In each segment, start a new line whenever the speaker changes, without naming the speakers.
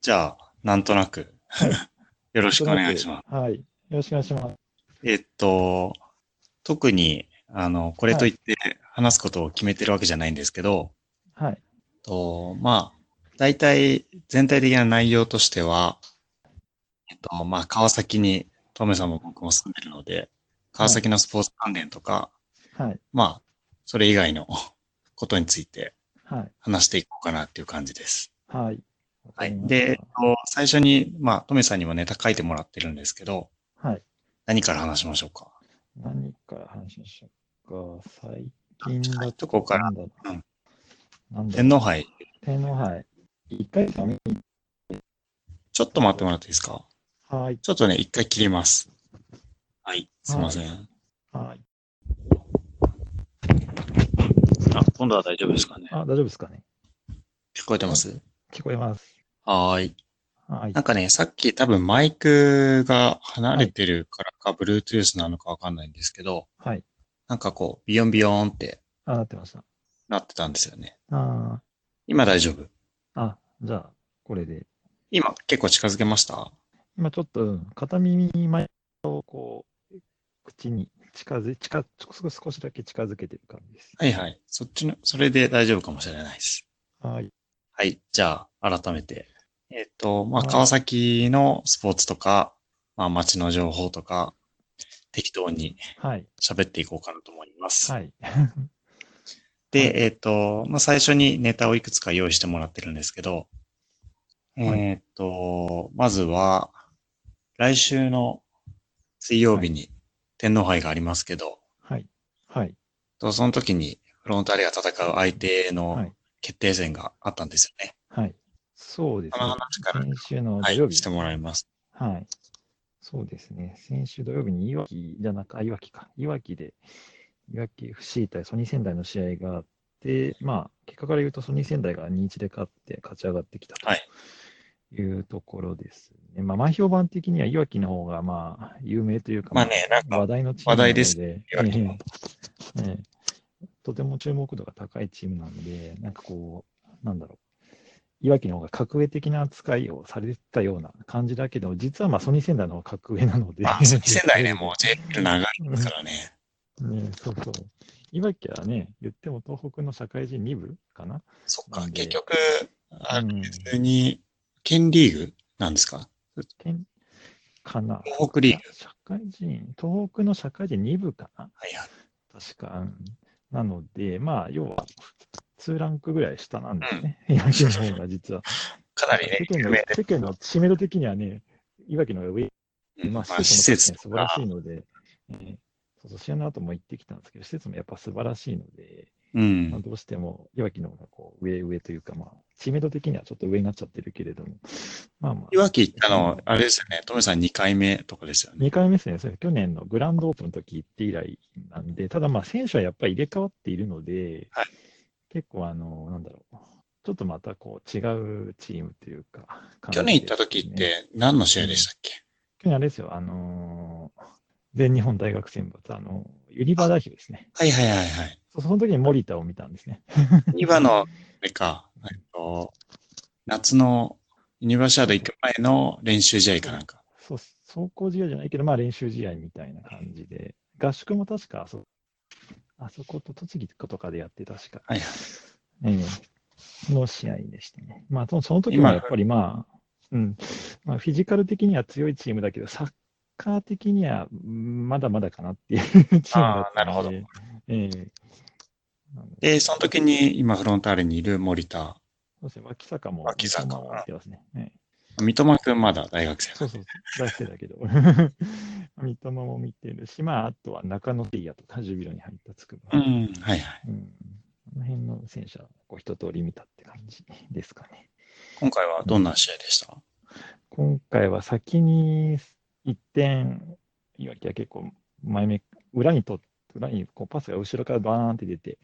じゃあ、なんとな
。
く、よろしくお願いします
はい。よろしくお願いします。
えっと、特に、あの、これといって話すことを決めてるわけじゃないんですけど、
はい。
と、まあ、大体全体的な内容としては、えっと、まあ、川崎に、トメさんも僕も住んでるので、川崎のスポーツ関連とか、
はい。
まあ、それ以外の ことについて
はい。
話していこうかなっていう感じです。
はい。
は
わかり
い。
ました
で、えっと最初に、まあ、トメさんにもネタ書いてもらってるんですけど、
はい。
何から話しましょうか。
何から話しましょうか。最近
近い
だ
とこから
なんだろう
うん
なんだろ
天皇杯、
う天皇杯。一回さ、
ちょっと待ってもらっていいですか
はい。
ちょっとね、一回切ります。はい、すいません。
はい。
あ、今度は大丈夫ですかね。
あ、大丈夫ですかね。
聞こえてます
聞こえます。
はーい。
はい
な。んかね、さっき多分マイクが離れてるからか、Bluetooth なのかわかんないんですけど、
はい。
なんかこう、ビヨンビヨンって
あ、なってました。
なってたんですよね。
あ
今大丈夫
ーあ、じゃあ、これで。
今結構近づけました
今ちょっと、うん片耳前をこう、口に近づい、近、少し少しだけ近づけてる感じです。
はいはい。そっちの、それで大丈夫かもしれないです。
はい。
はい。じゃあ、改めて。えっ、と、まあ、
はい
川崎のスポーツとか、まあ、街の情報とか、適当に
はい。
喋っていこうかなと思います。
はい。
で、えっ、と、まあ、最初にネタをいくつか用意してもらってるんですけど、
はい
えっ、と、まずは、来週の水曜日に天皇杯がありますけど、
はい。はい。
とその時にフロンターレが戦う相手
は
の
い
決定戦があったんですよね。
はい。そうです
この話から、
ね。先週の
は
土曜
い、
日。
してもらいます。
はい。そうですね。先週土曜日にいわきじゃなく、あ、いわきか。いわきで、いわき FC 対ソニー仙台の試合があって、まあ、結果から言うとソニー仙台が2-1で勝って勝ち上がってきた
は
というところですね。まあ、前評判的にはいわきの方が、まあ、有名というか、
まあね、なんか
話題のチー
話
ムなの
題
で、
です
え
いわきは
えええとても注目度が高いチームなので、なんかこう、なんだろう、いわきの方が格上的な扱いをされてたような感じだけど、実はまあソニー仙台の方が格上なので、
まあ、仙台ね、もう JL 長いですからね。
ねそうそう。いわきはね、言っても東北の社会人2部かな。
そっか
な、んで
結局、あ
うん
別に、県リーグなんですか
県かな。
東北リーグ。
社会人、東北の社会人2部かな。
はいはい。
確か。うんなので、まあ、要は、2ランクぐらい下なんですね。いわきの方が実は。
かなりね、
世間
有
の
名で。
世間の知名度的にはね、いわきの方が上、
うんま
ま
あ施
あ、、施設
設
も
と
素晴ら
か
し、いので、えーそうそう試合の後も行ってきたんですけど、施設もやっぱ素晴らしいので、
う
まあ、
ん。
どうしてもいわきの方がこう上上というか、まあ、知名度的にはちょっと上になっちゃってるけれども、まあま
い
あ、
わき行ったの、あれですよね、トメさん2回目とかですよね。
2回目ですね、それ去年のグランドオープンの時行って以来なんで、ただまあ、選手はやっぱり入れ替わっているので、
はい
結構、あの、なんだろう。ちょっとまたこう違うチームというか、感じ
去
ですね
年行った時って何の試合でしたっけ
去年あれですよ、あのー全日本大学選抜、あのユニバ代表ですね。
はいはいはいはい。
そその時に森田を見たんですね。
今の、あれか、えっと、夏のユニバーシアード行く前の練習試合かなんか。
そう、走行試合じゃないけど、まあ練習試合みたいな感じで、合宿も確かあそ、あそこと栃木とかでやって、確か、
はいはい。
ええの試合でしたね。まあ、そのその時はやっぱりまあ、うん、まあ、フィジカル的には強いチームだけど、サッカー的にはうんまだまだかなっていうチームだったので、ええなんで
で、その時に今フロンターレにいる森田。
そうですね、脇坂も、
脇坂
三笘もやってますね。ええ
三笘くんまだ大学生。
そうそうそう、出してたけど。三笘も見てるし、まあ、あとは中野ティアとかジュビロに入ったつく
う
ば。
ん。はいはい。
うん。この辺の選手はこう一通り見たって感じですかね。
今回はどんな試合でした
今回は先に1点、いわきは結構前目、裏にと裏にこうパスが後ろからバーンって出て、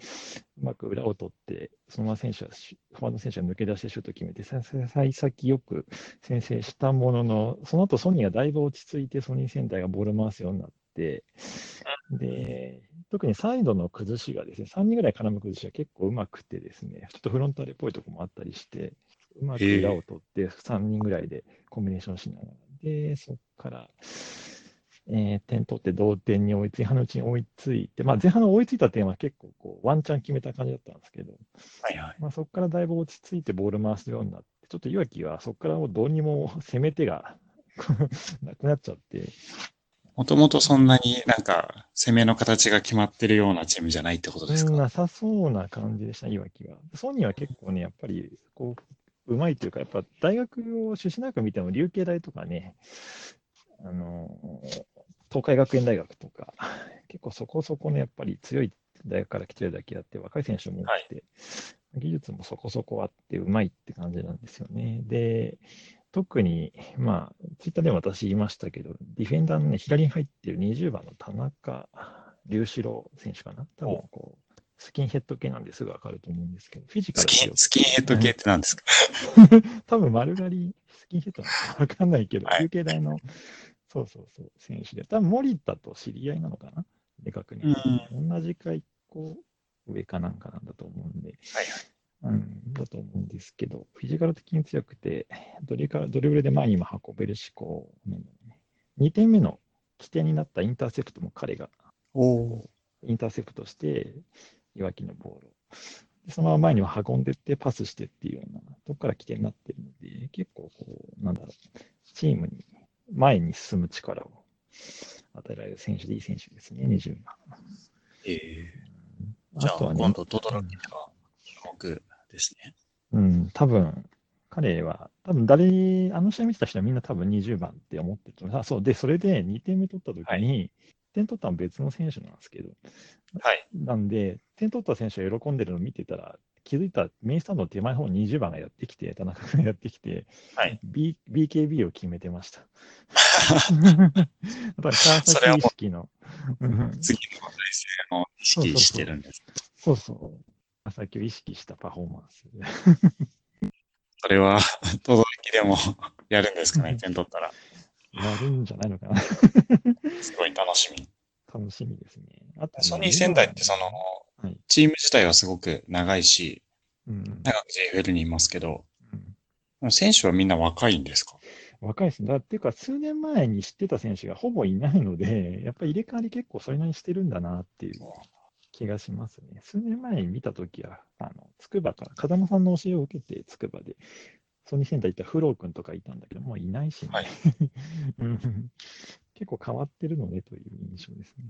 うまく裏を取って、そのまま選手はシュ、フォワードの選手が抜け出してシュートを決めて、さ幸先よく先制したものの、その後ソニーがだいぶ落ち着いて、ソニーセンターがボール回すようになって、で、特にサイドの崩しがですね、3人ぐらい絡む崩しが結構うまくてですね、ちょっとフロンターレっぽいとこもあったりして、うまく裏を取って、3人ぐらいでコンビネーションしながら、で、そこから、えー点取って同点に追いつい、前半のうちに追いついて、まあ、前半の追いついた点は結構こうワンチャン決めた感じだったんですけど、
はいはい。
まあ、そこからだいぶ落ち着いてボール回すようになって、ちょっと岩城はそこからもうどうにも攻め手が なくなっちゃって、
もともとそんなになんか攻めの形が決まってるようなチームじゃないってことですか、
なさそうな感じでした、いわきは。ソニーは結構ね、やっぱり、こう、うまいというか、やっぱ大学を出身なんか見ても、琉球大とかね、あの、東海学園大学とか、結構そこそこのやっぱり強い大学から来てるだけあって、若い選手も多くて、技術もそこそこあって、うまいって感じなんですよね。で、特に、まあ、ツイッターでも私言いましたけど、ディフェンダーのね、左に入ってる20番の田中龍志郎選手かな。多分こう、スキンヘッド系なんですぐわかると思うんですけど、フィジカ
ス
ル
キンスキンヘッド系って何ですか、
多分丸刈り、スキンヘッドなのかわかんないけど、
はい
有形大の、そうそうそう、選手で、多分森田と知り合いなのかな、で確認。同じ階こう上かなんかなんだと思うんで、
はい
うん、だと思うんですけど、フィジカル的に強くて、ドリカドリブルで前にも運べるし、こう、なんだろうね2点目の起点になったインターセプトも彼が
おお
インターセプトして、いわきのボールを。でそのまま前には運んでって、パスしてっていうような、とこから起点になってるので、結構こう、なんだろう、チームに前に進む力を与えられる選手でいい選手ですね、20番。
ー。えー、
あ
じゃあ
とはね
今、度、トドロキが注目ですね。
うん、多分彼は、多分誰、あの試合見てた人はみんな多分20番って思ってると思う。あ、そう、で、それで2点目取った時
は
に、点取ったのは別の選手なんですけど、
はい。
なんで、点取った選手が喜んでるのを見てたら、気づいたメインスタンドの手前の方に20番がやってきて、田中君がやってきて、
はい、
B、BKB を決めてま した。やっぱり川
それはもう
崎意識の、うん
次の対戦を意識してるんです。
そうそう、川崎を意識したパフォーマンス。
それは、 トドロキでも やるんですかね、点取ったら。
やるんじゃないのかな。
すごい楽しみ。
楽しみですね。あとね
ソニー仙台ってその、、
はい
チーム自体はすごく長いし、
うん
長く JFL にいますけど、
うん
選手はみんな若いんですか
若いですね。だっていうか、数年前に知ってた選手がほぼいないので、や っぱり入れ替わり結構それなりにしてるんだなっていう気がしますね。数年前に見たときは、あの、筑波から、風間さんの教えを受けて、筑波で、ソニーセンター行ったフロー君とかいたんだけど、もういないしね、
はい
うん結構変わってるのねという印象ですね。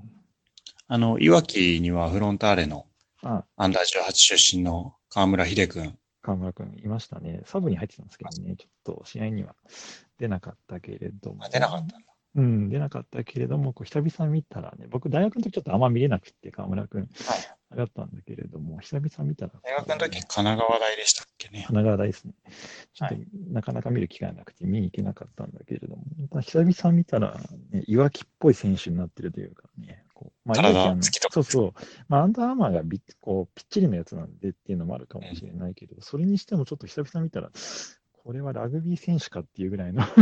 あの、いわきにはフロンターレの
あ、
アンダー18出身の河村秀君。
河村君いましたね。サブに入ってたんですけどね、ちょっと試合には出なかったけれども。
あ出なかったんだ。
うん、出なかったけれども、こう久々見たらね、僕、大学の時ちょっとあんま見れなくって、河村君、あれだったんだけれども、久々見たら、
大学の時、
神
神奈川大でしたっけね。
奈川大ですね。ちょっと、
は
なかなか見る機会がなくて、見に行けなかったんだけれども、まあ久々見たら、ね、いわきっぽい選手になってるというかね、こうま
体
いわきあの
つきと
そうそう、まあ、アンダーアーマーがびっこうぴっちりのやつなんでっていうのもあるかもしれないけど、それにしてもちょっと久々見たら、これはラグビー選手かっていうぐらいの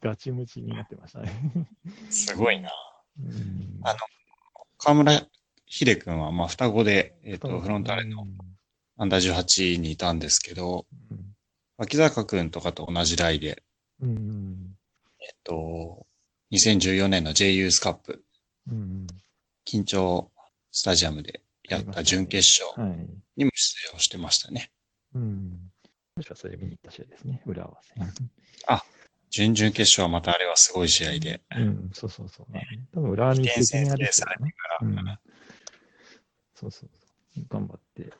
ガチムチになってましたね。
すごいな。
うん
あの河村秀君は、まあ、双子で、えっ、
そう
と、フロンターレの
うん
アンダー18にいたんですけど、脇坂君とかと同じ代で、
うんうん
えっと、2014年の J ユースカップ、
うん
緊張スタジアムでやった準決
う
勝
んはい。
にも出場してましたね。
うん。確かそれ見に行った試合ですね、浦和戦。
準々決勝はまたあれはすごい試合で。
うん、そうそうそう。多分浦和に
2点先制
ある
されてから、
うんそうそうそう。頑張って、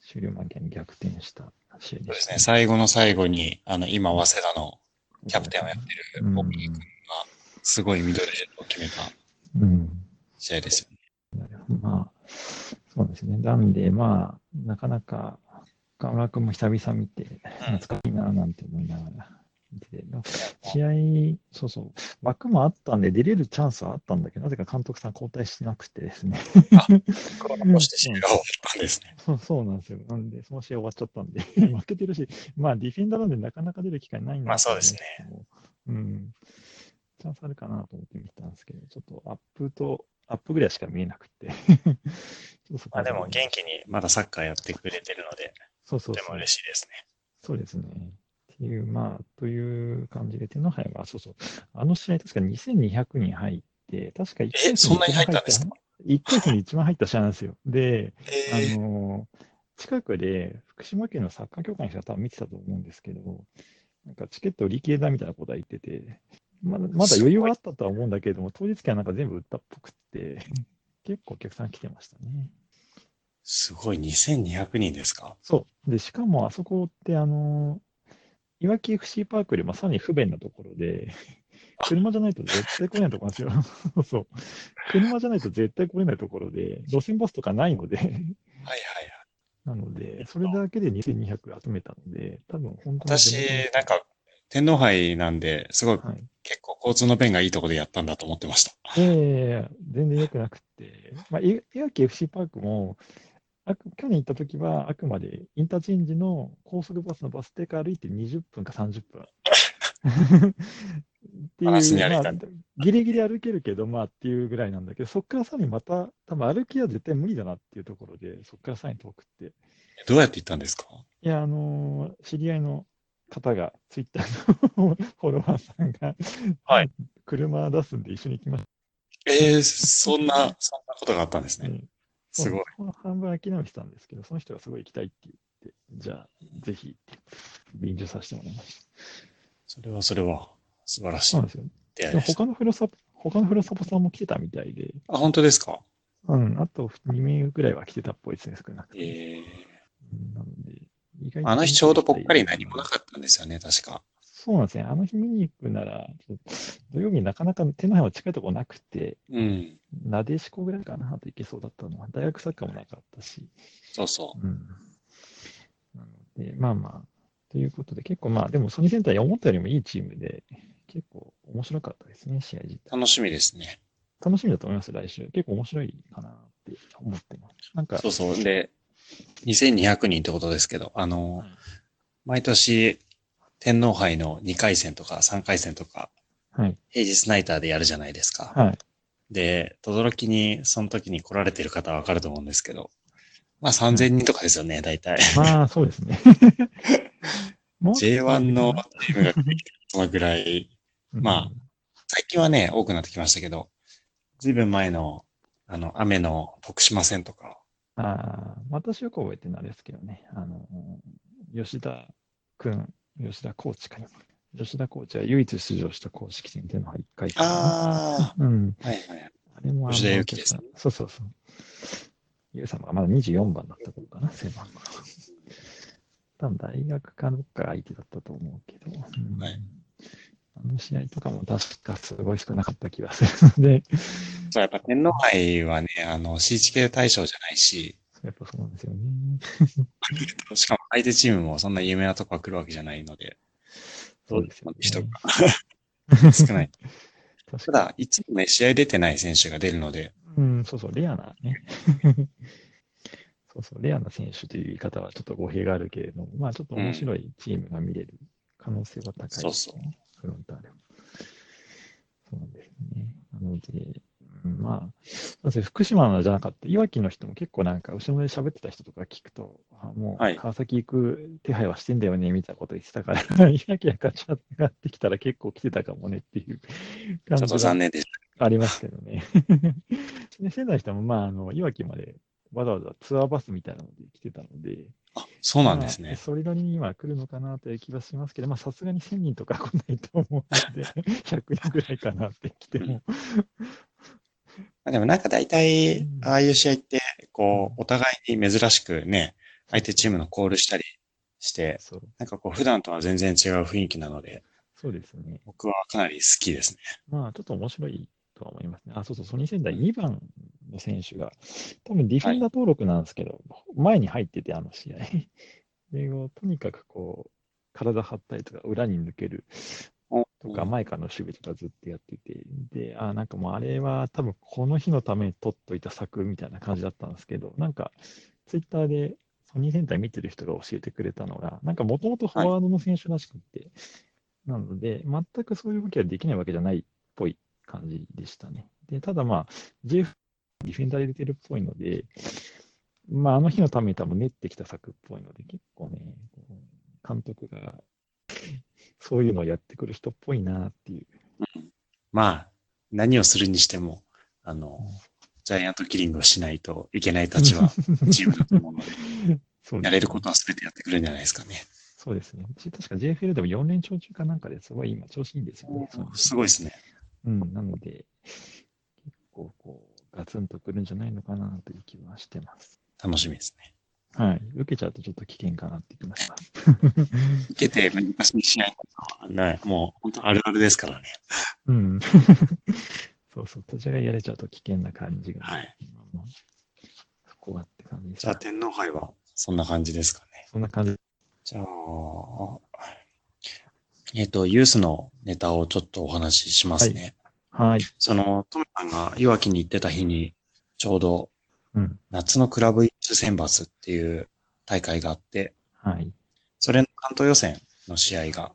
終了間際に逆転した
そ
試合
う
で
で
し
す
た、
ね、最後の最後に、あの、今、早稲田のキャプテンをやってる、
うん
僕がすごいミドルヘッドを決めた
うん。
試合ですよね。
まあ、そうですね。なんで、まあ、なかなか、河村君も久々見て、懐かしいな、なんて思いながら見てて、まあ試合、そうそう、枠もあったんで、出れるチャンスはあったんだけど、なぜか監督さん交代しなくてですね。
こう残して試合が終わったんですね。
そう そうなんですよ。なんで、その試合終わっちゃったんで、 負けてるし、まあ、ディフェンダーなんでなかなか出る機会ないんだ
まあそうですね
と思うんですけど。うん。チャンスあるかなと思って見てたんですけど、ちょっとアップと、アップぐらいしか見えなくて。 ちょっとそこ
まあ
は
でも元気にまだサッカーやってくれてるので、
そう
と
そう
て
そ
も
う。
嬉しいですね。
そうですね。っていう、まあ、という感じで、手の早が、そうそう。あの試合、確か2200人入って、確か1
え、そんなに入ったんですか
?1 回戦に一番入った試合なんですよ。で、
え
あ
ー
のー近くで福島県のサッカー協会の人は多分見てたと思うんですけど、なんかチケット売り切れだみたいなことは言ってて、まだまだ余裕はあったとは思うんだけれども、当日券はなんか全部売ったっぽくって、結構お客さん来てましたね。
すごい、2200人ですか
そう。で、しかもあそこって、あのー、いわき FC パークよりまさに不便なところで、車じゃないと絶対来れないところなんですよ。そう そう。車じゃないと絶対来れないところで、路線バスとかないので、
はいはいはい。
なので、それだけで2200集めたので、多分本当に
私
地元の人。、
なんか、天皇杯なんで、すごい、
はい。
結構交通の便がいいとこでやったんだと思ってました。
いやいやいや全然良くなくって、まあ、いいわき FC パークも、あく去年行った時は、あくまでインターチェンジの高速バスのバス停から歩いて20分か30分。 っていう、
バランスに歩いた
まあギリギリ歩けるけど、まあっていうぐらいなんだけど、そこからさらにまた、多分歩きは絶対無理だなっていうところで、そこからさらに遠くって。
どうやって行ったんですか
いや、あのー知り合いの方が、ツイッターの フォロワーさんが、
はい
車出すんで一緒に行きまし
ええそんな、 そんなことがあったんです
た
ね。
ね。
すごい。
その半分諦めてたんですけど、その人がすごい行きたいって言って、じゃあ、ぜひって、便乗させてもらいまし
それはそれは、素晴ら
た。
し
そ
いう
なんですよ。
出会い
でも
です。
他のフロサポ、他のフロサポさんも来てたみたいで、
あ、本当ですか
うん、あと2名ぐらいは来てたっぽいですね、少なくとも
ええ
うんなので、意外と
あの日ちょうどぽっかり何もなかったんですよね、確か。
そうなんですね。あの日見に行くなら、ちょっと土曜日なかなか手の配は近いとこなくて、
うん。
なでしこぐらいかなあといけそうだったのは、大学サッカーもなかったし、
そうそ
うん。なので、まあまあ、ということで、結構まあ、でもソニーセンター思ったよりもいいチームで、結構面白かったですね、試合自
う。
体。
楽しみですね。
楽しみだと思います、来週。結構面白いかなって思ってます。なんか、
そうそう。で、2200人ってことですけど、あの
はい、
毎年、天皇杯の2回戦とか3回戦とか、
はい、
平日ナイターでやるじゃないですか。
はい、
で、轟に、その時に来られてる方はわかると思うんですけど、まあ3000人とかですよね、大体。
まあ、そうです ね。もう
J1 のチームが来てきてそのぐらい、まあ、最近はね、多くなってきましたけど、ずいぶん前の、あの、雨の徳島戦とか、
ああ、私よく覚えてるのはあれですけどね、あの、吉田くん、吉田コーチかな。吉田コーチは唯一出場した公式戦での1回戦かな。
あ
うん。
あ、はいはい。
あれもあの
吉田裕樹ですね
お客さんそうそうそう。ゆうさんがまだ24番だった頃かな、背番号。多分大学かどっか相手だったと思うけど、うん
はい
あの試合とかも確かすごい少なかった気がするので、
そう、やっぱ天皇杯はね、あの、CHK 大賞じゃないし、
やっぱそうなんですよね。
しかも相手チームもそんな有名なとこが来るわけじゃないので、
そうですよね。
人が少 ない。
確
た
かに
だ、いつもね、試合出てない選手が出るので、
うん、そうそう、レアなね。 そうそう、レアな選手という言い方はちょっと語弊があるけれども、まあちょっと面白いチームが見れる可能性は高いですね。
そうそう
フロンターレも。そうなんですね。なので、うんまあ、なぜ福島のじゃなかった、いわきの人も結構なんか、後ろで喋ってた人とか聞くと、あも
はいう
川崎行く手配はしてんだよね、みたいなこと言ってたから、 いわきが勝ち上がってきたら結構来てたかもねっていう感
ちょ
じ
っと
が
残念でした。
ありますけどね。 で仙台の人も、まあ、あの、いわきまでわざわざツアーバスみたいなので来てたので、
あ、そうなんです
まあ
ね。
それなりに今来るのかなという気がしますけど、まあ、さすがに1000人とか来ないと思うので、100人 ぐらいかなって来ても。
まあ、でもなんか大体
うん、
ああいう試合って、こう、お互いに珍しくね、相手チームのコールしたりして、
そう、
なんかこう、普段とは全然違う雰囲気なので、
そうですね。
僕はかなり好きですね。
まあ、ちょっと面白いとは思いますね。あ、そうそう、ソニー仙台2番の選手が、多分ディフェンダー登録なんですけど、前に入ってて、あの試合。 で、こうとにかくこう、体張ったりとか、裏に抜けるとか、
うん
前からの守備とかずっとやってて、で、あ、なんかもうあれは多分この日のために取っといた策みたいな感じだったんですけど、なんか、ツイッターでソニーセンター見てる人が教えてくれたのが、なんかもともとフォワードの選手らしくって、なので、全くそういう動きはできないわけじゃないっぽい感じでしたね。で、ただまあ、JF ディフェンダー入れてるっぽいので、まあ、あの日のために多分練ってきた策っぽいので、結構ね、こう監督が、そういうのをやってくる人っぽいなっていう。
まあ、何をするにしても、あの、ジャイアントキリングをしないといけない立 場、チームだと思うので、
そうですね
やれることは全てやってくれるんじゃないですかね。
そうですね。確か JFL でも4連勝中かなんかですごい今調子いいんですよね。そう
すごいですね。
うん、なので、結構こう、ガツンとくるんじゃないのかなという気はしてます。
楽しみですね。
はい。受けちゃうとちょっと危険かなって気がします。
受けて難しい試合はない。もう、本当あるあるですからね。
うん。 そうそう。途中でやれちゃうと危険な感じが。
はい。
まあそこはって感じです
じゃあ、
ね。
天皇杯はそんな感じですかね。
そんな感じ。
じゃあ、えっ、と、ユースのネタをちょっとお話ししますね。
はい。
その、トムさんがいわきに行ってた日に、ちょうど
うん。
夏のクラブユース選抜っていう大会があって、
はい。
それの関東予選の試合が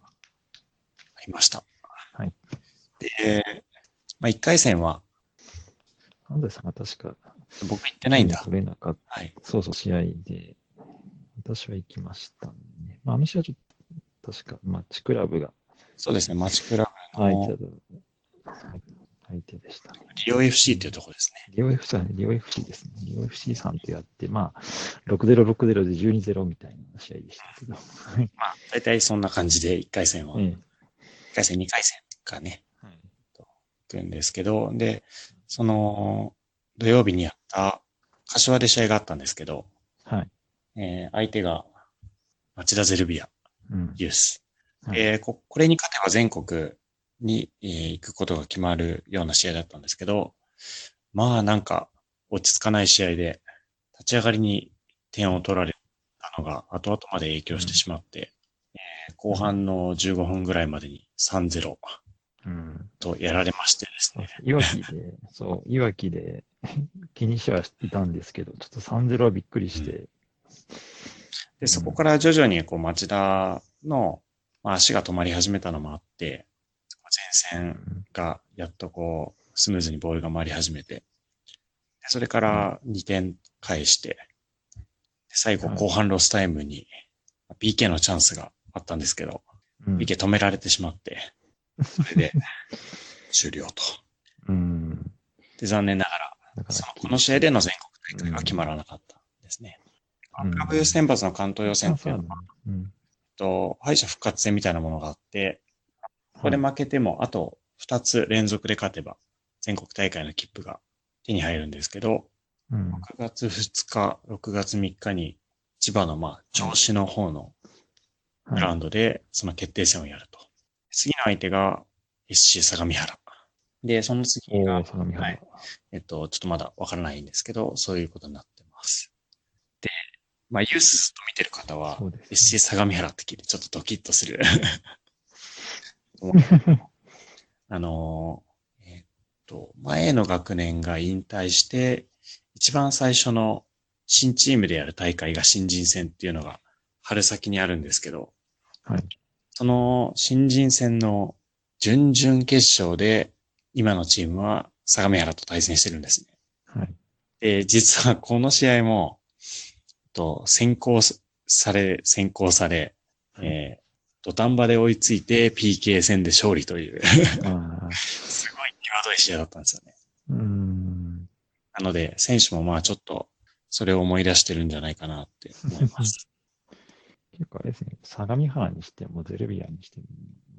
ありました。
はい。
で、まあ、1回戦は、
安西さんが確か。
僕行ってないんだ。
取れなかった。
はい。
そうそう、試合で。私は行きましたね。まあ、あの試合はちょっと、確か、マッチクラブが
そうですね、マチクラブ
相
の
手だ、相手でしたね。
リオ FC っていうところですね。
リオ FC はね、リオ FC ですね。リオ FC さんとやって、まあ、6-0、6-0で12-0みたいな試合でしたけど。はい。
まあ、大体そんな感じで1回戦は、
ええ
1回戦、2回戦かね、
はい。
行くんですけど、で、その、土曜日にやった、柏で試合があったんですけど、
はい。
えー相手が、町田ゼルビア、
うん。
ユース。
はい
えーこ、これに勝てば全国に、えー行くことが決まるような試合だったんですけど、まあなんか、落ち着かない試合で、立ち上がりに点を取られたのが後々まで影響してしまって、えー後半の15分ぐらいまでに3-0
うん。
とやられましてですね。
いわきで、そう、いわきで気にしてはいたんですけど、ちょっと3-0はびっくりして、う
で、
ん
そこから徐々にこう町田の、まあ、足が止まり始めたのもあって、前線
うん
がやっとこうスムーズにボールが回り始めて、でそれから2点返して、で最後
はい
後半ロスタイムに PK のチャンスがあったんですけど、
うん。
PK 止められてしまって、それで 終了と。
うん。
で、残念ながら、
だから
そのこの試合での全国大会は決まらなかったんですね。
うん
クラブ選抜の関東予選っていうのは、
うん。
えっと、敗者復活戦みたいなものがあって、これ
はい
負けても、あと2つ連続で勝てば、全国大会の切符が手に入るんですけど、
うん
9月2日、6月3日に、千葉の、まあ、調子の方のグラウンドで、その決定戦をやると。次の相手が、SC 相模原。で、その次
お
が
お、、相模
は
原
い。えっと、ちょっとまだわからないんですけど、そういうことになってます。で、まあ、ユースと見てる方は
そ、うですね。
SC 相模原って聞いてちょっとドキッとす る。あのー、えっと、前の学年が引退して、一番最初の新チームでやる大会が新人戦っていうのが春先にあるんですけど、
はい。
その新人戦の準々決勝で今のチームは相模原と対戦してるんですね。
はい。
で、実はこの試合も、えっと、先行され、先行され、
はい
えー土壇場で追いついて PK 戦で勝利と いう、
ああ。
すごい際どい試合だったんですよね。
うん。
なので、選手もまあちょっと、それを思い出してるんじゃないかなって思います。
結構あれですね、相模原にしても、ゼルビアにしても、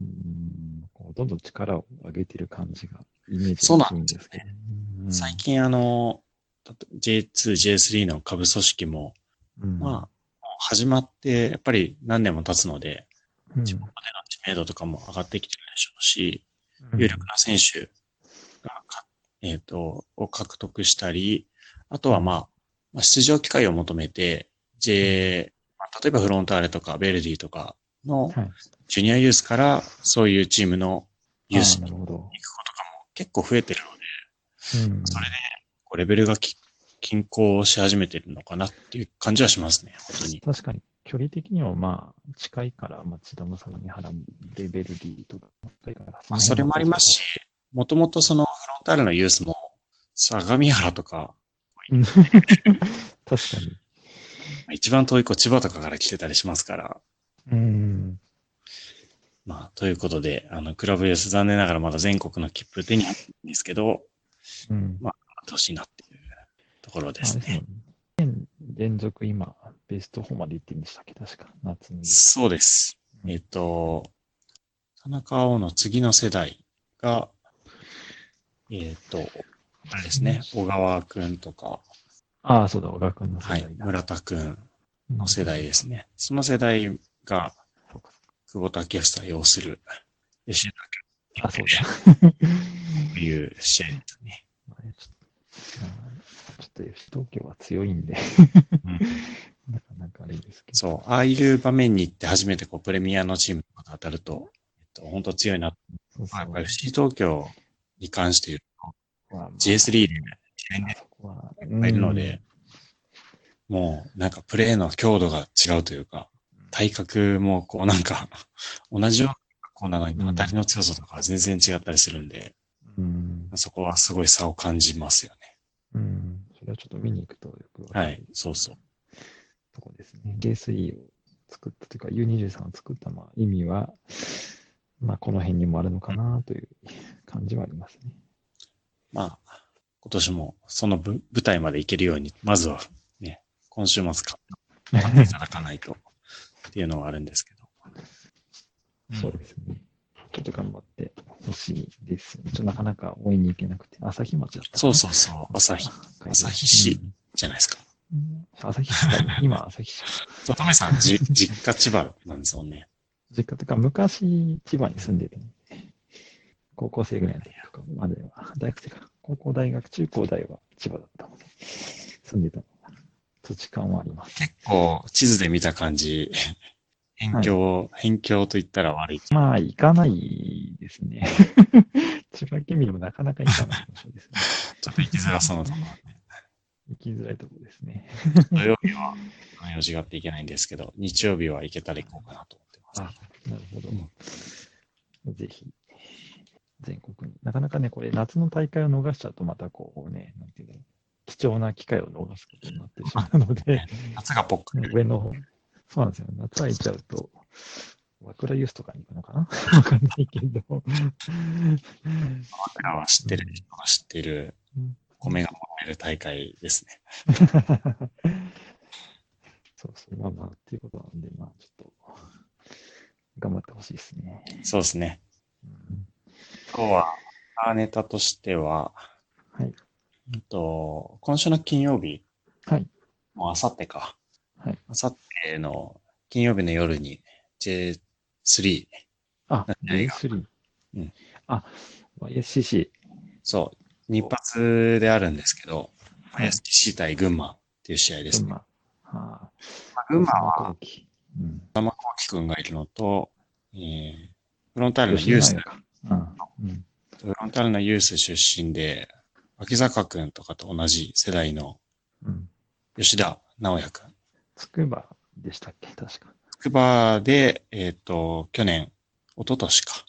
うんこうどんどん力を上げてる感じが、イメージ
そうなん
きん
ですよ
ですけど。 うん
最、近あの、J2、J3 の下部組織も、
うん
まあ、もう始まって、やっぱり何年も経つので、
うん
地元での知名度とかも上がってきてるでしょうし、有力な選手がか、えっ、と、を獲得したり、あとはまあ、まあ、出場機会を求めて、J、まあ例えばフロンターレとかベルディとかの
はい
ジュニアユースからそういうチームのユース
ああな
に
る
行く
ほど。
こととかも結構増えてるので、
うん
それでこうレベルがき均衡し始めてるのかなっていう感じはしますね、本当に。
確かに、距離的にもまあ、近いから、町田も相模原も、レベルディとか、
まあ、それもありますし、もともとそのフロンターレのユースも相模原とか、
うん。確かに。
一番遠い子千葉とかから来てたりしますから、
うん。
まあ、ということで、あの、クラブユース残念ながらまだ全国の切符手に入ってないんですけど、
うん。
年なっていうところです
あれ
ね。
もんね。2年連続今、ベスト4まで行ってんでしたっけ、確か、夏に。
そうです。えっと、田中碧の次の世代が、えっと、あれですね、小川くんとか、
ああ、そうだ、小川君の世
はい、
代だ。
村田くん
の
の世代ですね。その世代が、久保建英擁する、吉田
あ、そうだ。
という試合ですね。
まあねちょっと、ちょっと吉東京は強いんで、
うん
なかなかあれですけど。
そう、ああいう場面に行って初めてこうプレミアのチームとかと当たると、えっと、本当強いなと。
そう
まあやっぱ
り
り FC 東京に関して言うと、
まあ
J3 で試合に
あそこは、
いっぱいいるので、もうなんかプレーの強度が違うというか、体格もこうなんか、 同じようなこうなのに
うん
当たりの強さとか全然違ったりするんで、
うん、
そこはすごい差を感じますよね。
うん、うん、それはちょっと見に行くとよくわか
は
る
い、そうそう。
とこですね。J3 を作ったというか、U23 を作ったまあ意味は、まあ、この辺にもあるのかなという感じはありますね。
まあ、今年もそのぶ舞台まで行けるように、まずはね、今週末勝っていただかないとっていうのはあるんですけど。
そうですね。ちょっと頑張ってほしいです。ちょっとなかなか応援に行けなくて、朝日町だったかな
そうそうそう、朝日朝日市じゃないですか。
うん。朝日市だね今朝日市。
ととめさん、じ実家千葉なんですもんね。
実家というか、昔、千葉に住んでて、高校生ぐらいの時とかまでは、大学生か、高校、大学、中高大は千葉だったので、住んでたのが土地感はあります。
結構、地図で見た感じ、辺境、辺境と言ったら悪い。
まあ、行かないですね。 千葉県民でもなかなか行かない場所ですね。
ちょっと行きづらそうなとこ
行きづらいところですね。
ろ。土曜日は、あの用事があっていけないんですけど、日曜日は行けたら行こうかなと思ってます。
あ、なるほど。ぜひ、全国に。なかなかね、これ、夏の大会を逃しちゃうと、またこうね、なんていうの、貴重な機会を逃すことになってしまうので、
夏がぽっかり。
上の方。そうなんですよ。夏空いちゃうと、和倉ユースとかに行くのかな わかんないけど。
僕らは知ってる人が知ってる
うん、
米がもらえる大会ですね。
そうそう、まあまあ、っていうことなんで、まあ、ちょっと、頑張ってほしいですね。
そうですね。
うん
今日は、あネタとしては、
はい。
うんと、今週の金曜日、
はい。
もうあさってか。
はい。
あさっての金曜日の夜に J3、
あ、
何が
J3。
うん
あ、YSCC。
そう、日発であるんですけど、
はい
STC 対群馬っていう試合です
群
ね。
馬。はあ、
群馬は、
後期。うん。
青木くんがいるのと、えー、フロンターレのユース
吉、永か。うん。うん
フロンターレのユース出身で、秋坂くんとかと同じ世代の
うん。
吉田直也くん。
つくばでしたっけ確か。
筑波で、えっ、と、去年、一昨年か。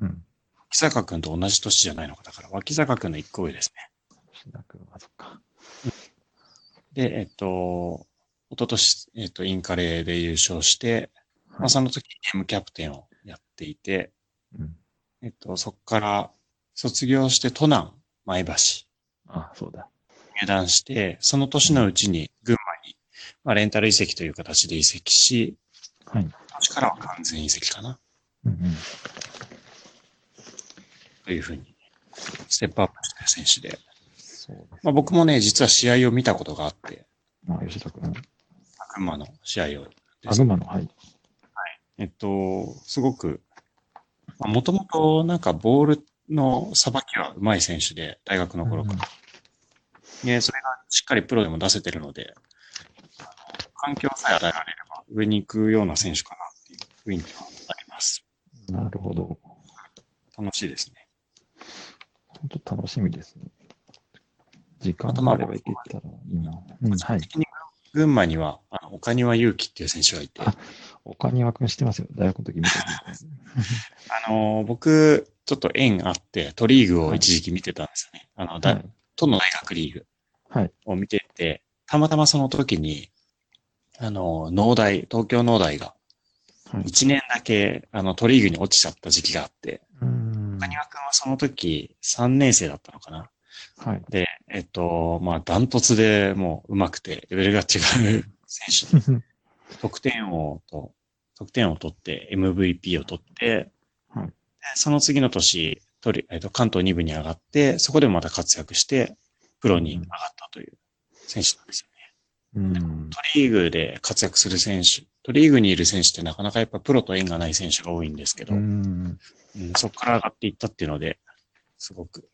うん。
脇坂くんと同じ年じゃないのか。だから、脇坂くんの一個上です
吉田君はそっか。
ね。で、えっ、と、一昨年、えっ、と、インカレで優勝して、まあ、その時ゲームキャプテンをやっていて、
うん。
えっ、と、そこから卒業して都南、前橋、
あ、そうだ。
入団して、その年のうちに群馬に、まあ、レンタル移籍という形で移籍し、
はい。
今年からは完全移籍かな。
うんうん。
というふうに、ステップアップした選手で。
そうです。
まあ、僕もね、実は試合を見たことがあって、
まあ、吉田君。
群馬の試合を。
アグマの、はい。
えっと、すごく、もともとなんかボールのさばきは上手い選手で、大学の頃から。ね、それがしっかりプロでも出せてるので、環境さえ与えられれば上に行くような選手かなっていう雰囲気はあります。
なるほど。
楽しいですね。
本当楽しみですね。時間があれば行けたらいいな。うん、はい。
群馬には、あの岡庭祐希っていう選手がいて、あ
あ岡庭君知ってますよ。大学の時見た時。
の、僕、ちょっと縁あって、都リーグを一時期見てたんですよね。あの、
は
だ
い。
都の大学リーグ。
はい。
を見てて、たまたまその時に、あの、農大、東京農大が
はい
1年だけ、あの、トリーグに落ちちゃった時期があって、
うん。
谷川くんはその時、3年生だったのかな。
はい。
で、えっと、まあ、ダントツでもう上手くて、レベルが違う選手得点王と、得点王を取って、MVP を取って、
はい
でその次の年、取り、えっと、関東2部に上がって、そこでもまた活躍して、プロに上がったという選手なんですよね。
うん。
トリーグで活躍する選手、トリーグにいる選手ってなかなかやっぱプロと縁がない選手が多いんですけど、
うん。
うんそこから上がっていったっていうので、すごく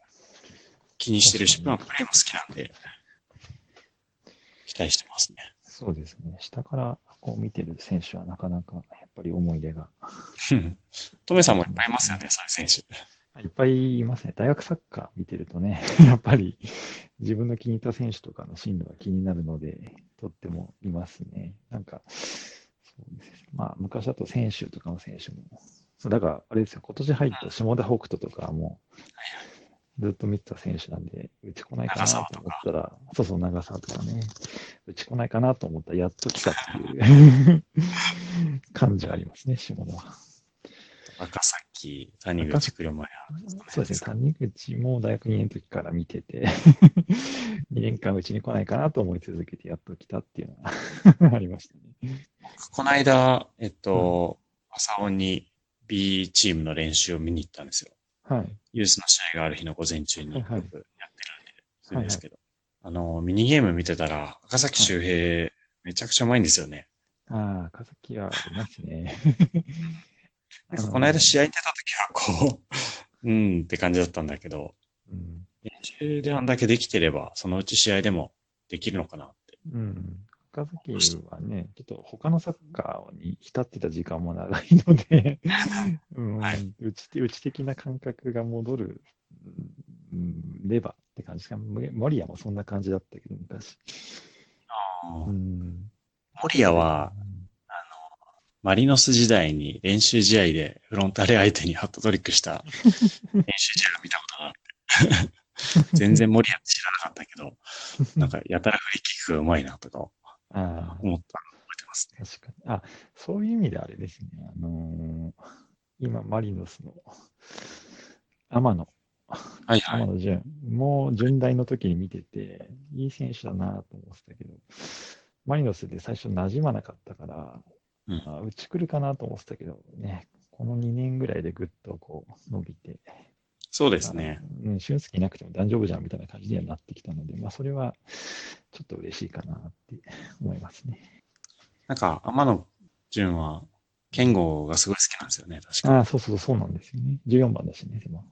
気にしてるし、
そう
ま
で
あ、プレーも好きなんで、期待してますね。
そうですね。下からこう見てる選手はなかなかやっぱり思い出が。
うん トメさんもいっぱいいますよね、そういう選手。
いっぱいいますね。大学サッカー見てるとね、 やっぱり自分の気に入った選手とかの進路が気になるので、とってもいますね。なんか、そうですねまあ、昔だと選手とかの選手も、そうだから、あれですよ、今年入った下田北斗とかも、ずっと見てた選手なんで、打ちこないかなと思ったら、そうそう、長沢とかね、打ちこないかなと思ったら、やっと来たっていう 感じがありますね、下田は。
赤崎、谷口、車屋。
そうですね、谷口も大学2年の時から見て て、2年間うちに来ないかなと思い続けて、やっと来たっていうのが ありましたね。
この間、えっと、朝尾に B チームの練習を見に行ったんですよ。
はい。
ユースの試合がある日の午前中に
はい
よく
は
や
い
ってるんで、するんですけど。あの、ミニゲーム見てたら、赤崎周平、めちゃくちゃうまいんですよね。
ああ、赤崎はありますね。
なんかこの間試合に出た時は、こう、 うんって感じだったんだけど、
うん。
練習であんだけできてれば、そのうち試合でもできるのかなって。
うん。赤崎はね、ちょっと他のサッカーに浸ってた時間も長いので、 うん
はい、
うちうち的な感覚が戻る、うん、レバって感じですか。マリアもそんな感じだったけど、昔。うん。
森谷は、マリノス時代に練習試合でフロンターレ相手にハットトリックした練習試合を見たことがあって。全然森谷って知らなかったけど、なんかやたらフリーキックがうまいなとか思
ああ
ったのを覚えてますね。
確かに。あ、そういう意味であれですね。あのー今、マリノスの天
は
野、
いは
天
い。
野純もう順大の時に見てて、いい選手だなと思ってたけど、マリノスで最初馴染まなかったから、
うん
あうち来るかなと思ってたけど、ね、この2年ぐらいでぐっとこう伸びて、
そうですね。
あの。うん、俊介いなくても大丈夫じゃんみたいな感じにはなってきたので、まあ、それはちょっと嬉しいかなって思いますね。
なんか天野純は、剣豪がすごい好きなんですよね、確か
ああ、そうそう、そうなんですよね。14番だしね、でも。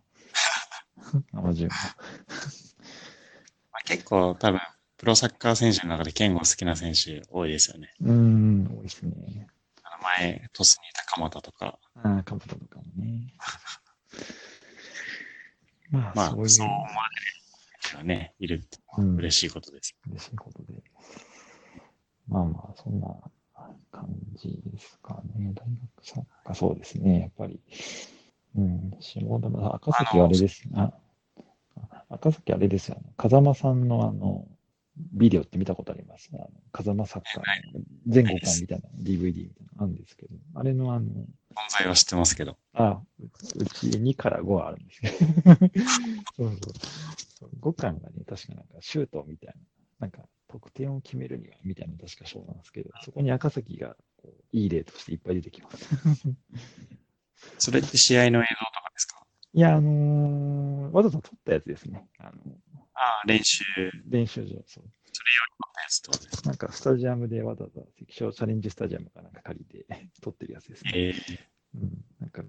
あ、まあ、10番。
まあ、結構多分、プロサッカー選手の中で剣豪好きな選手多いですよね。
うーん、多いですね。
あの前、鳥栖にいた鎌田とか、
ああ、かぶととかもね。 まあ、
まあ、
そういう、
そう思われるがね、いるって
うん、嬉
嬉しい
し
ことです。
いことで。まあまあ、そんな感じですかね。大学サッカー、そうですね、やっぱり。うん、下田の、赤崎はあれです。あ赤崎あれですよ。あの風間さんのあの、ビデオって見たことありますあの風間サッカーの全5巻みたいな DVD みたいなのあるんですけど、あれのあの、
存在は知ってますけど。
あ、ううち2から5はあるんですけ ど。そうそう。5巻がね、確かなんかシュートみたいな、なんか得点を決めるにはみたいな確かそうなんですけど、そこに赤崎がこういい例としていっぱい出てきます。
それって試合の映像とかですか
いや、あのーわざと撮ったやつですね。あの
ああ、練習のや
練習場、そ
つっ
う。
てことです。
なんかスタジアムでわざわざ関所チャレンジスタジアムかなんか借りて撮ってるやつですね。
ええ
うん、なんか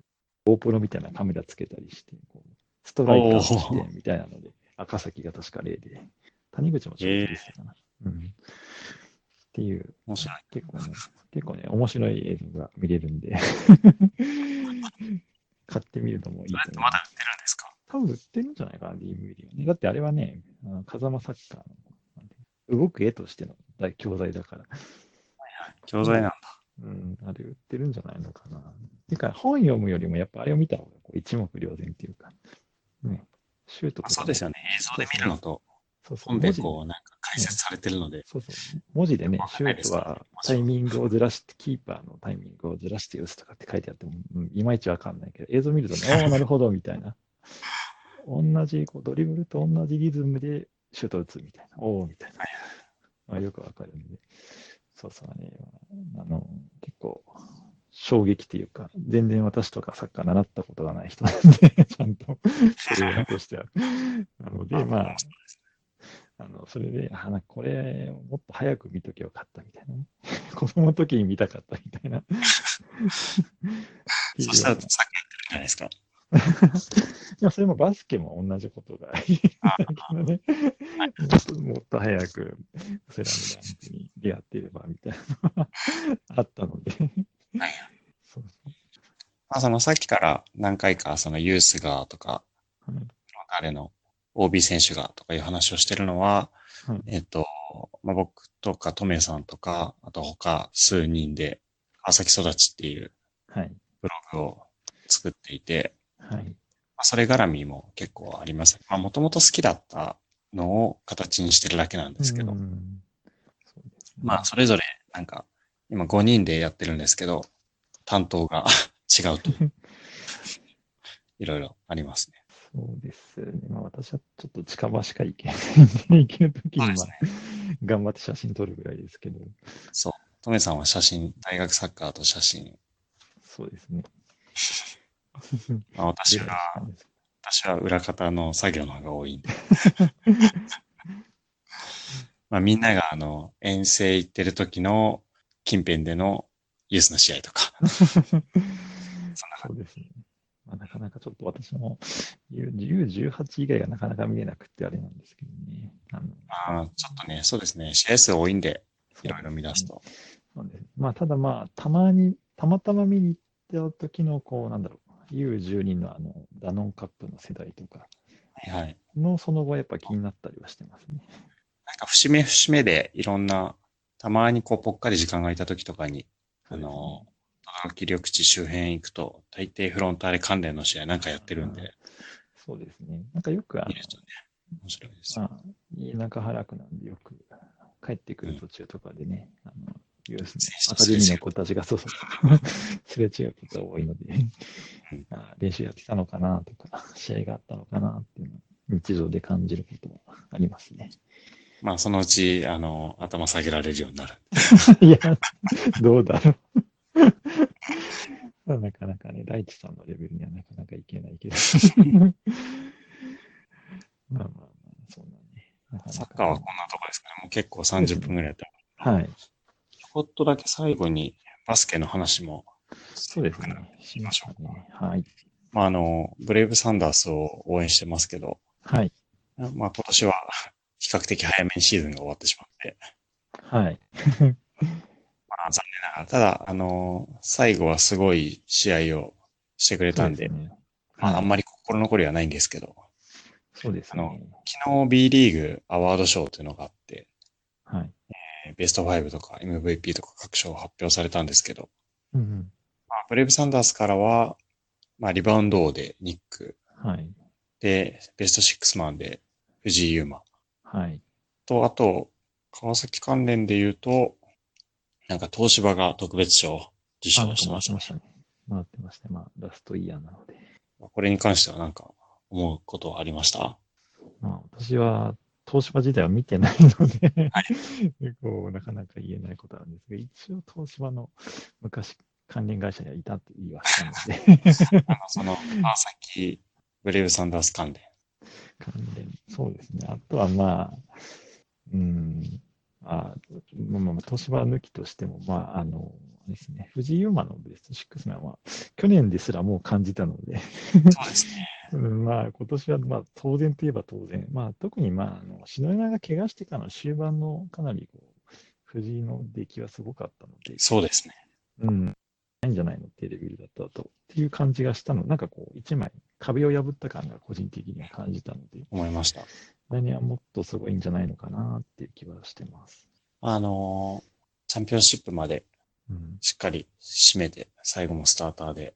GoPro みたいなカメラつけたりして、こうストライカーとし
お
てみたいなので、赤崎が確か例で、谷口もちょっとでしたかな。うん、っていう、
面白い。
結構ね、結構ね、面白い映像が見れるんで、 買ってみるのもいい
それっ
と
て
思い
ま
ま
だ売
す。
ってるんですか
多分売ってるんじゃないかな、DVD はね。だってあれはね、あの風間サッカーの動く絵としての大教材だから。
教材なんだ。
うん、あれ売ってるんじゃないのかな。てか、本読むよりも、やっぱあれを見た方がこう一目瞭然っていうか、ね、シュートとか
あそうですよね。映像で見るのと
そうそう
本で
文字
こう、なんか解説されてるので、
そうそう。文字でね
よくわ、
シ
かんない
ュ
で
ー
す
ト
けど
はタイミングをずらして、キーパーのタイミングをずらして打つとかって書いてあっても、うんいまいちわかんないけど、映像見 るとね、おーなるほど、みたいな。同じ、こうドリブルと同じリズムでシュート打つみたいな、おおみたいな。まあ、よくわかるんで。そうそうね、あの、結構、衝撃というか、全然私とかサッカー習ったことがない人なんで、ちゃんと、それを残してある。なので、まあ、あの、それで、あ、なんかこれ、もっと早く見とけよかったみたいなね。 子供の時に見たかったみたいな。
そ したらさっきやってるじゃないですか。
まあ、それもバスケも同じことが言えたけどね。もっと早く、セラムダンクに出会っていれば、みたいなのはあったので。
はい
そうそ
まあ、そのさっきから何回か、そのユースがとか、
うはい
誰の OB 選手がとかいう話をしてるのは、
はい
えっと、まあ、僕とかトメさんとか、あと他数人で、川崎育ちっていう
はい。
ブログを作っていて、
はい。
まあ、それ絡みも結構あります。まあ、もともと好きだったのを形にしてるだけなんですけど、
うんそうですね
まあ、それぞれなんか、今5人でやってるんですけど、担当が 違うという。いろいろありますね。
そうですね。まあ私はちょっと近場しか行けないんで、行けるときに
そう
は
で
頑張って写真撮るぐらいですけど、
トメさんは写真、大学サッカーと写真。
そうですね。
まあ、私
ぐらい
は
なんです
私は裏方の作業の方が多いんで。まあみんながあの遠征行ってる時の近辺でのユースの試合とか、そんな
そうですね。まあ、なかなかちょっと私も U- U18 以外がなかなか見れなくてあれなんですけどね。あの
まあちょっとね、そうですね、試合数多いんで、いろいろ見出すと。
そうですねまあ、ただまあ、たまに、たまたま見に行った時の、こう、なんだろう、U12 のあの、ダノンカップの世代とか
はいはい。
の、その後はやっぱ気になったりはしてますね。
なんか節目節目でいろんな、たまにこうぽっかり時間が空いた時とかに、あの、轟緑地周辺行くと、大抵フロンターレ関連の試合なんかやってるんで、
そうですね。なんかよくあの
見、るとね、面白いです。
まあ、田舎原区なんでよく帰ってくる途中とかでね、あの、ユースのアカデミーの子たちが、そ うそう、すれ違うことが多いので
うん、
あ練習やってたのかなとか、試合があったのかなっていうのを日常で感じることはありますね。
まあそのうち、あの、頭下げられるようになる。
いや、どうだろう。 なかなかね、大地さんのレベルにはなかなかいけないけど。 まあまあまあ、そんなね。なかなか
サッカーはこんなとこですかね。もう結構30分ぐらいやった。
はい。
ちょこっとだけ最後にバスケの話も。
そうですね。し
ま
ま
し
し
ょ
ょ
う
うね。はい。
まああの、ブレイブサンダースを応援してますけど、
はい。
まあ今年は比較的早めにシーズンが終わってしまって、
はい。
まあ残念ながら、ただ、あの、最後はすごい試合をしてくれたんで、
そうすね
まああん
はい
まり心残りはないんですけど、
そうですね。
昨日 B リーグアワードショーというのがあって、
はい。
ベスト5とか MVP とか各賞発表されたんですけど、
うん
まあ、ブレイブサンダースからは、まあ、リバウンド王でニック、
うん。はい。
で、ベストシックスマンで藤井優馬
はい。
と、あと、川崎関連で言うと、なんか東芝が特別賞を受
あ、
賞
なん
し
か
て
回
ま
っ
してたね。
ましたね。回ってましたね。まあ、ラストイヤーなので。
これに関してはなんか思うことはあり ました
まあ、私は、東芝自体は見てないので、 こう、なかなか言えないことなんですが、一応東芝の昔関連会社にはいたって言いはしたので、
あの、その、川崎ブレイブサンダース関連。
関連、そうですね。あとはまあ、うん、あまあまあ、東芝抜きとしても、まあ、あの、あれですね、藤井優馬のベスト6なんは、去年ですらもう感じたので、
そうですね。
うん、まあ、今年は、まあ、当然といえば当然、まあ、特に、まあ、あの、篠山が怪我してからの終盤の、かなり、こう、藤井の出来はすごかったので、
そうですね。
うん、ないんじゃないのっていうレベルだったと、っていう感じがしたの、なんかこう、一枚、壁を破った感が個人的には感じたので、
思いました。
来年はもっとすごいんじゃないのかなっていう気はしてます。
あのチャンピオンシップまで
うん、
しっかり締めて、最後もスターターで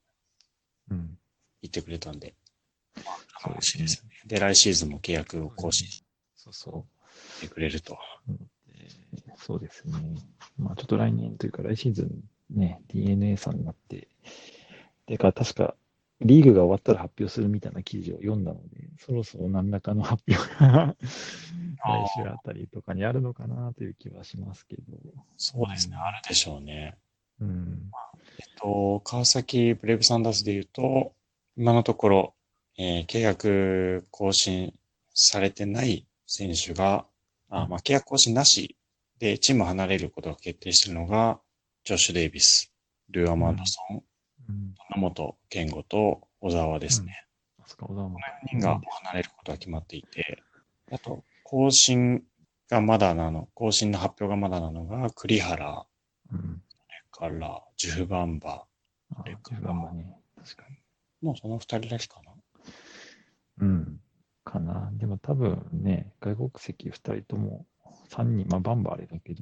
うん、
行ってくれたんで、まあ、
そう
楽
で
し
す
いで
ね
すよね。で、来シーズンも契約を更新。
そうそう。
てくれると。
えーそうですね。まあちょっと来年というか来シーズンね、DNA さんになって、でか確かリーグが終わったら発表するみたいな記事を読んだので、そろそろ何らかの発表が来週あたりとかにあるのかなという気はしますけど。
そうですね、あるでしょうね。
うん。
えっと、川崎ブレイブサンダースで言うと、今のところ、えー契約更新されてない選手が、あまあ、契約更新なしでチームを離れることが決定しているのが、ジョッシュ・デイビス、ルーア・マンドソン、
うん、
野本健吾と小沢ですね。
あそこはどうも。
4人が離れることが決まっていて、あと、更新がまだなの、更新の発表がまだなのが、栗原
うん。
からジュバンバ
あ、10番もね。確かに。
のその二人だけかな。
うん。かな。でも多分ね、外国籍2人とも、3人、まあバンバあれだけど、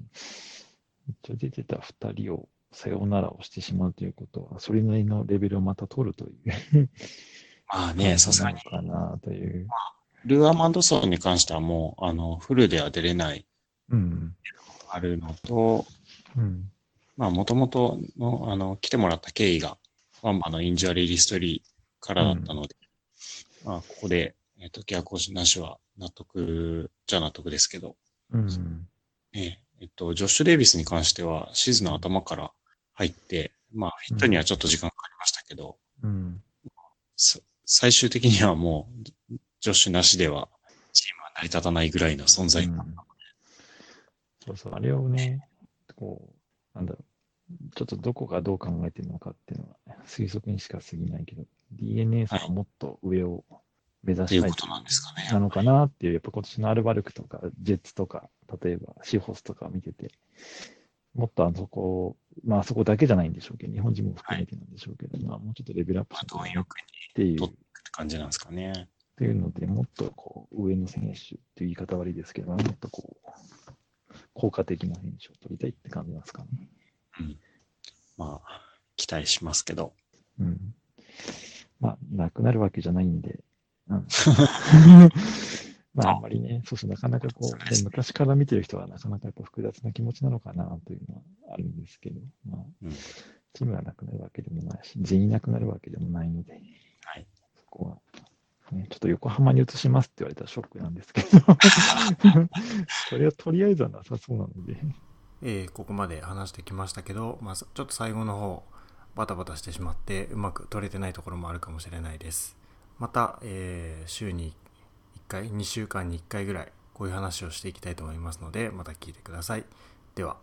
一応出てた2人をさようならをしてしまうということは、それなりのレベルをまた取るという
まあ
感じな
ね、さすがに
の。かなという。
ルアーマンドソンに関してはもう、あの、フルでは出れない、
うん。
あるのと、
うん。
まあ、もともとの、あの、来てもらった経緯が、ワンバのインジュアリーリストリーからだったので、まあ、ここで、えっ、と、契約更新なしは納得じゃ納得ですけど、
うん。
えええっと、ジョッシュ・デイビスに関しては、シーズンの頭から入って、まあ、フィットにはちょっと時間かかりましたけど、
うん。
さ最終的にはもう、ジョッシュなしでは、チームは成り立たないぐらいの存在
うんそうそう、あれをね、こう、なんだろう、ちょっとどこがどう考えてるのかっていうのは推測にしか過ぎないけど、DNA さんはもっと上を目指
とい
し
う
たい
ことなんですかね。
なのかなっていう、やっぱ今年のアルバルクとか、ジェッツとか、例えばシホスとかを見てて、もっとあそこ、まああそこだけじゃないんでしょうけど、日本人も含めてなんでしょうけど、まあもうちょっとレベルアップ
まあ、
した
貪
い
欲に
っていう
とって感じなんですかね。
っていうので、もっとこう、上の選手っていう言い方悪いですけど、もっとこう、効果的な選手を取りたいって感じなんですかね。
まあ、期待しますけど。
うん。まあ、なくなるわけじゃないんで、 うん。まあ、あんまりね、そうそう、なかなかこ
そう
う、
です
ね
ね
昔から見てる人はなかなかやっぱ複雑な気持ちなのかなというのはあるんですけど、まあ、
うん
チームがなくなるわけでもないし、全員なくなるわけでもないので、
はい。
そこは、ね、ちょっと横浜に移しますって言われたらショックなんです けど、それはとりあえずはなさそうなので、
えーここまで話してきましたけど、まあ、そちょっと最後の方バタバタしてしまってうまく取れてないところもあるかもしれないですまた、えー週に1回2週間に1回ぐらいこういう話をしていきたいと思いますのでまた聞いてくださいでは